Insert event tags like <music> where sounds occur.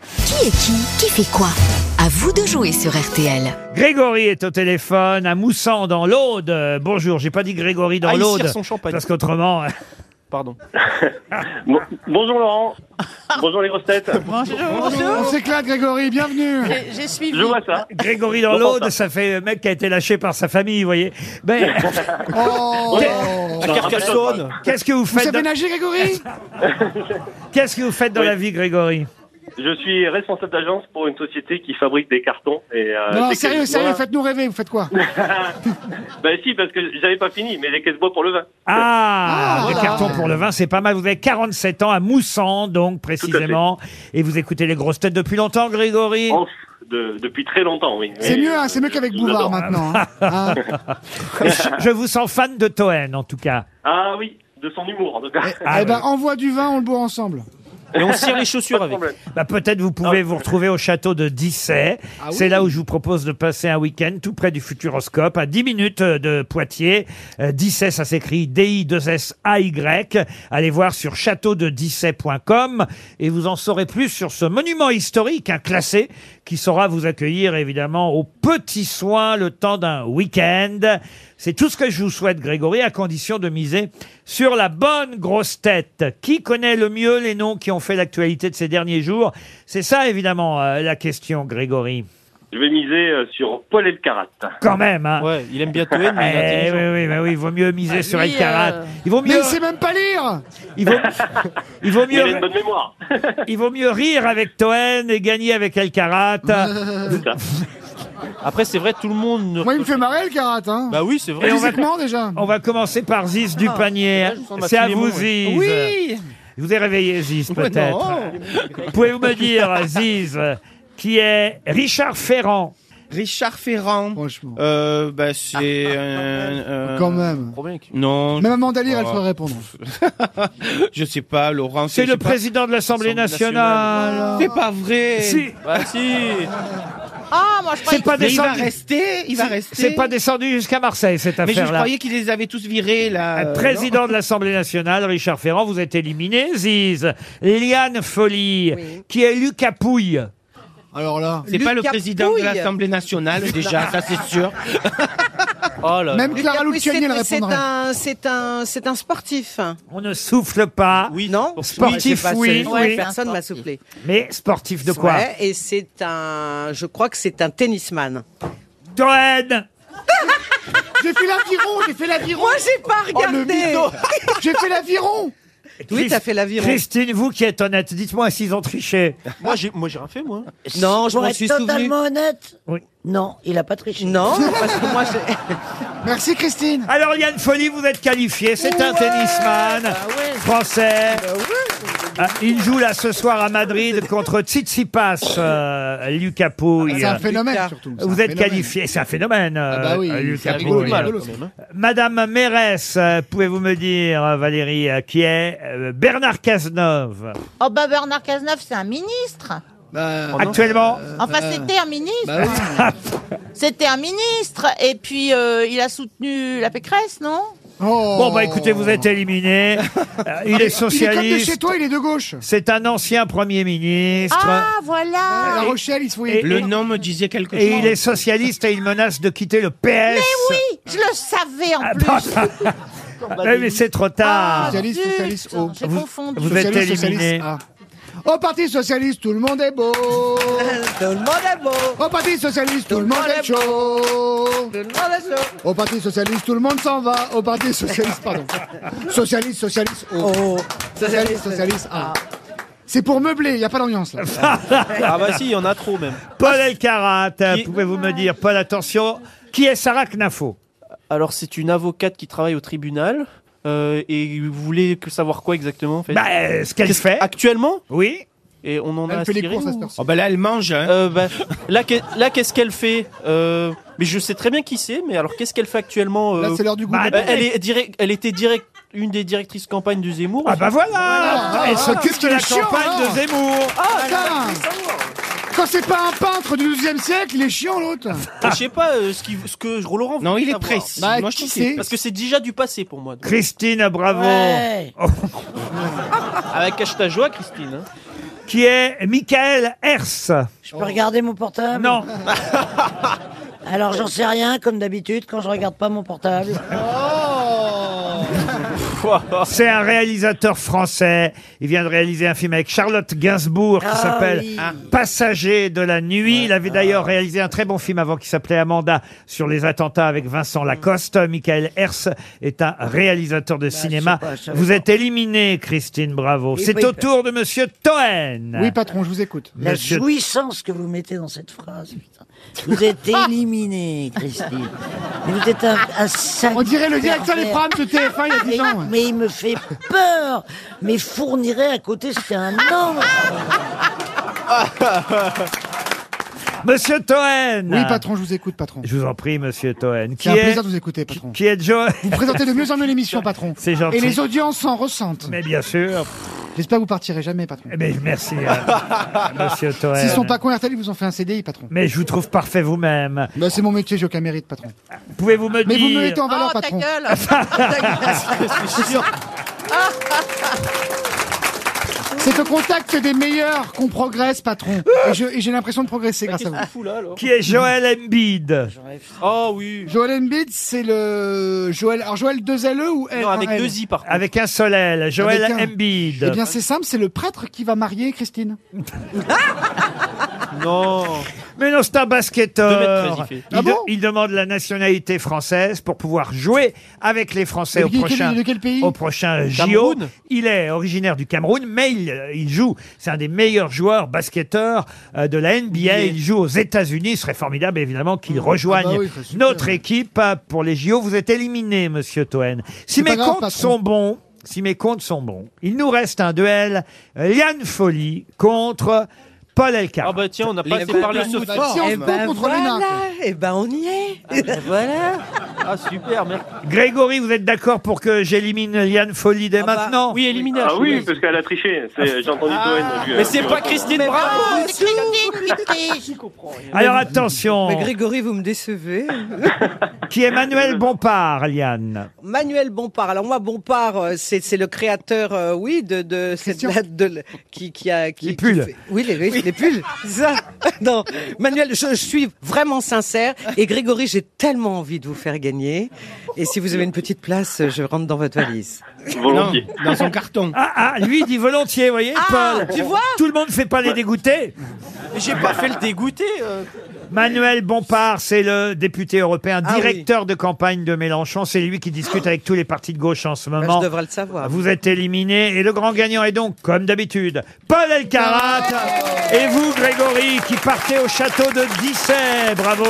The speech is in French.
Qui est qui Qui fait quoi À vous de jouer sur RTL. Grégory est au téléphone à Moussan dans l'Aude. Euh, Bonjour, j'ai pas dit Grégory dans Ah, il l'Aude. cire son champagne. Parce qu'autrement, Pardon. Bon- bonjour Laurent, bonjour les grosses têtes. On s'éclate, Grégory, bienvenue. J'ai suivi. Je vois ça. Grégory dans l'Aude, ça fait le mec qui a été lâché par sa famille, vous voyez. Ben, Oh. À Carcassonne. qu'est-ce que vous Vous faites savez dans- nager, Grégory Qu'est-ce que vous faites dans Oui. la vie, Grégory Je suis responsable d'agence pour une société qui fabrique des cartons. Et, euh, Non, des sérieux, caisses bois. sérieux, faites-nous rêver, vous faites quoi <laughs> Ben si, parce que j'avais pas fini, mais les caisses bois pour le vin. Ah, Ah, le voilà. carton pour le vin, c'est pas mal. Vous avez 47 ans à Moussan, donc précisément. Et vous écoutez les grosses têtes depuis longtemps, Grégory En- de- depuis très longtemps, oui. C'est Mais, mieux, hein, euh, c'est mieux je- qu'avec je l'adore. Bouvard maintenant. <laughs> hein. Ah. Je vous sens fan de Toen, en tout cas. Ah oui, de son humour en tout cas. Ah, Eh ben, oui. envoie du vin, on le boit ensemble. Et on cire les Pas chaussures de avec. problème. Bah, peut-être vous pouvez vous retrouver au château de Dissay. C'est là où je vous propose de passer un week-end tout près du Futuroscope, à 10 minutes euh, de Poitiers. Euh, Dissay, ça s'écrit D-I-2-S-A-Y. Allez voir sur châteaudedissay.com et vous en saurez plus sur ce monument historique, un classé, qui saura vous accueillir évidemment aux petits soins le temps d'un week-end. C'est tout ce que je vous souhaite, Grégory, à condition de miser sur la bonne grosse tête. Qui connaît le mieux les noms qui ont fait l'actualité de ces derniers jours C'est ça, évidemment, euh, la question, Grégory. Je vais miser euh, sur Paul Elkarat. Quand même, hein Ouais, il aime bien Toen, mais il est Eh, oui, intelligent. Bah, oui, oui, oui, il vaut mieux miser Ah, sur lui, Alcarat. euh, Il vaut Mais mieux, il sait même pas lire il vaut, <laughs> il vaut Il a mieux, une bonne <laughs> mémoire. il vaut mieux rire avec Toen et gagner avec <laughs> Alcarat. C'est ça. Après, c'est vrai, tout le monde. ne- Moi, il me fait marrer, le karat. Hein. Bah oui, c'est vrai. Et on va- Physiquement, déjà. On va commencer par Ah, Ziz du panier. je sens ma C'est à filémon, vous, oui. Ziz. Oui. Je vous ai réveillé, Ziz, Ouais, peut-être. non. Pouvez-vous me <laughs> dire, Ziz, qui est Richard Ferrand Richard Ferrand. Franchement. Euh, bah, c'est. euh, euh, Quand même. Trop bien, qui- Non, Même Amanda Lire, elle Oh. Ah. ferait répondre. je sais pas, Laurent. C'est je le sais pas. président de l'Assemblée Assemblée nationale. C'est pas vrai. Si, Bah si. Ah, moi je c'est pas Mais il va descendu. rester, il va rester. C'est pas descendu jusqu'à Marseille, cette Mais je affaire-là. croyais qu'ils les avaient tous virés, là. Un euh, président de l'Assemblée nationale, Richard Ferrand, vous êtes éliminé, Ziz. Liane Folie, qui est Luc Capouille. Alors là. non Euh. C'est pas le Lucas président Pouille. de l'Assemblée nationale, déjà, ça c'est <laughs> sûr. Oh là. Même Mais Clara oui, c'est- Luciani, elle C'est répondrait. un, c'est un, c'est un sportif. On ne souffle pas, Oui. Non. Pour- Sportif, c'est pas- oui, c'est- Ouais, oui. personne m'a soufflé. mais sportif de quoi Ouais, Et c'est un, je crois que c'est un tennisman. Toen J'ai fait l'aviron, j'ai fait l'aviron. Oh, Moi j'ai pas regardé. J'ai fait l'aviron. oui, Christ- t'as fait l'aviron. Christine, vous qui êtes honnête, dites-moi s'ils ont triché. Moi, j'ai, moi, j'ai rien fait, moi. Non, je Pour m'en être suis souvenu. totalement honnête, Oui. non, il a pas triché. <laughs> Non, parce que moi j'ai. Merci, Christine. Alors, Liane Folie, vous êtes qualifié. C'est un tennisman Ah français. Eh ben Ah, il joue là ce soir à Madrid contre Tsitsipas, euh, Lucas Pouille. Ah, C'est un phénomène, surtout. C'est un hein. vous êtes phénomène. qualifié. C'est un phénomène, euh, Ah bah oui, euh, c'est Lucas rigolo, Pouille. mal. Rigolo, quand même, hein. Madame Mérès, euh, pouvez-vous me dire, euh, Valérie, euh, qui est euh, Bernard Cazeneuve Oh bah Bernard Cazeneuve, c'est un ministre. Bah, Actuellement, Enfin, c'était un ministre. bah oui. C'était un ministre. Et puis, euh, il a soutenu la Pécresse, non Oh. bon bah écoutez, vous êtes éliminé. Euh, il est Il est comme de socialiste. chez toi, il est de gauche. C'est un ancien Premier ministre. Ah, voilà. La Rochelle, il se Et- fouille. Le nom me disait quelque chose. Et il est socialiste et il menace de quitter le PS. Mais Oui, je le savais en Ah, plus. bah, mais, c'est trop Ah, tard. Socialiste, zut, socialiste, oh. J'ai Vous- confondu. vous êtes Socialiste, éliminé. socialiste, ah. Au Parti Socialiste, tout le monde est beau. Tout le monde est beau. Au Parti Socialiste, tout le monde est chaud. Tout le monde est chaud. Au Parti Socialiste, tout le monde s'en va. Au Parti Socialiste, pardon. Socialiste, Socialiste, oh. Oh, Socialiste, Socialiste, ah. C'est pour meubler, il n'y a pas d'ambiance là. Ah bah si, il y en a trop même. Paul Elkarat, euh, Qui- pouvez-vous me dire, Paul, attention, qui est Sarah Knafo Alors c'est une avocate qui travaille au tribunal. euh, et vous voulez que savoir quoi exactement en fait Bah, euh, ce qu'elle Qu'est-ce- fait. Actuellement Oui. Et on en a Elle fait les tiré courses à ou- cette personne. Oh, bah là, elle mange, hein. Euh, bah, là, qu'est- là, qu'est-ce qu'elle fait Euh, Mais je sais très bien qui c'est. Mais alors qu'est-ce qu'elle fait actuellement euh, Là, c'est l'heure du goût. Bah, des- Euh, Elle est direct, elle était direct, une des directrices campagne de Zemmour. Ah bah voilà Ah, Elle ah, s'occupe de c'est la chiant, campagne hein alors. de Zemmour. Ah, putain Quand c'est pas un peintre du 12 e siècle, il est chiant l'autre. Je sais pas euh, ce, qui, ce que Laurent. Non, veut il est savoir. précis. Bah, Moi, je qui trouve qu'il est c'est Parce que c'est déjà du passé pour moi. donc. Oh. Christine, bravo. Ouais. Avec Ashtajoa, Christine. hein. qui est Michael Hers. Je Oh. peux regarder mon portable Non, Alors j'en sais rien, comme d'habitude, quand je regarde pas mon portable. Oh. c'est un réalisateur français. Il vient de réaliser un film avec Charlotte Gainsbourg qui Ah s'appelle oui. Ah. Passager de la nuit. Il avait d'ailleurs réalisé un très bon film avant qui s'appelait Amanda sur les attentats avec Vincent Lacoste. Michael Hers est un réalisateur de cinéma. Bah, je sais pas, je savais Vous pas. êtes éliminé, Christine Bravo. Oui, C'est oui. au tour de Monsieur Toen. Oui, patron, je vous écoute. La Monsieur- jouissance que vous mettez dans cette phrase, putain. Vous êtes Ah. éliminé, Christine. Mais vous êtes un, un sac On dirait le directeur des pervers. programmes de TF1 il y a 10 ans. hein. Mais, mais il me fait peur. Mais fournirait à côté, c'est un ange. Monsieur Toen. Oui, patron, je vous écoute, patron. Je vous en prie, Monsieur Toen. Qui C'est un est, plaisir de vous écouter, patron. qui est Joe <laughs> Vous présentez de mieux en mieux l'émission, patron. C'est gentil. Et les audiences s'en ressentent. Mais bien sûr. J'espère que vous partirez jamais, patron. Eh ben, merci, <laughs> euh, Monsieur Toen. S'ils sont pas convertis, ils vous ont fait un CDI, patron. Mais je vous trouve parfait vous-même. Bah, c'est mon métier, j'ai aucun mérite, patron. Pouvez-vous me Mais dire vous me mettez en valeur, Oh, ta patron. Ah, gueule <laughs> Ta gueule. C'est au contact des meilleurs qu'on progresse, patron. Et je- et j'ai l'impression de progresser grâce à Bah, vous. Fou là alors. qui est Joël Embiid Oh oui. Joël Embiid, c'est le Joël. Alors Joël 2LE ou L Non, avec un L deux i par contre. Eh, avec un solel. Joël Avec un. Embiid. Eh bien, c'est simple, c'est le prêtre qui va marier Christine. Non. Mais non, c'est un basketteur. Deux mètres, il fait. il, Ah bon il demande la nationalité française pour pouvoir jouer avec les Français Mais au quel- prochain, de quel pays au prochain JO. Cameroun Il est originaire du Cameroun, mais il, il joue. C'est un des meilleurs joueurs basketteurs euh, de la NBA. Il joue aux États-Unis. Ce serait formidable, évidemment, qu'il rejoigne bah oui, c'est super. notre équipe euh, pour les JO. Vous êtes éliminé, monsieur Toen. Si C'est pas mes grave, comptes patron. sont bons, si mes comptes sont bons, il nous reste un duel euh, Liane Folly contre Paul Elkar. Ah bah tiens, on n'a pas Les assez couples parlé de ce foot. Si on se Eh bat ben contre les nains, quoi. voilà, eh ben on y est. voilà. Ah super, merci. Grégory, vous êtes d'accord pour que j'élimine Liane Folly dès Ah bah, maintenant Oui, éliminage. Ah oui, parce qu'elle a triché. C'est- J'ai entendu Ah. Toen. lui, euh, Mais c'est lui pas répondre. Christine Bravo. Oh, c'est Christine Wittig. Alors attention, Mais Grégory, vous me décevez. qui est Manuel Bompard, Liane Manuel Bompard. Alors moi, Bompard, euh, c'est c'est le créateur, euh, oui, de, de cette Christian. latte de l- qui qui a qui, Les pulls. qui fait- oui, les, oui, les pulls. Ça. Non, Manuel, je, je suis vraiment sincère. Et Grégory, j'ai tellement envie de vous faire gagner. Et si vous avez une petite place, je rentre dans votre valise. Non, Volontiers. dans son carton. Ah, ah, lui il dit volontiers, vous voyez, Ah, Paul. tu vois Tout le monde ne fait pas les dégoûter. Mais J'ai pas fait le dégoûté. euh. Manuel Bompard, c'est le député européen, Ah oui. directeur de campagne de Mélenchon. C'est lui qui discute avec tous les partis de gauche en ce Bah, moment. je devrais le savoir. Vous êtes éliminé et le grand gagnant est donc, comme d'habitude, Paul Elkarat et vous, Grégory, qui partez au château de Dissay. Bravo.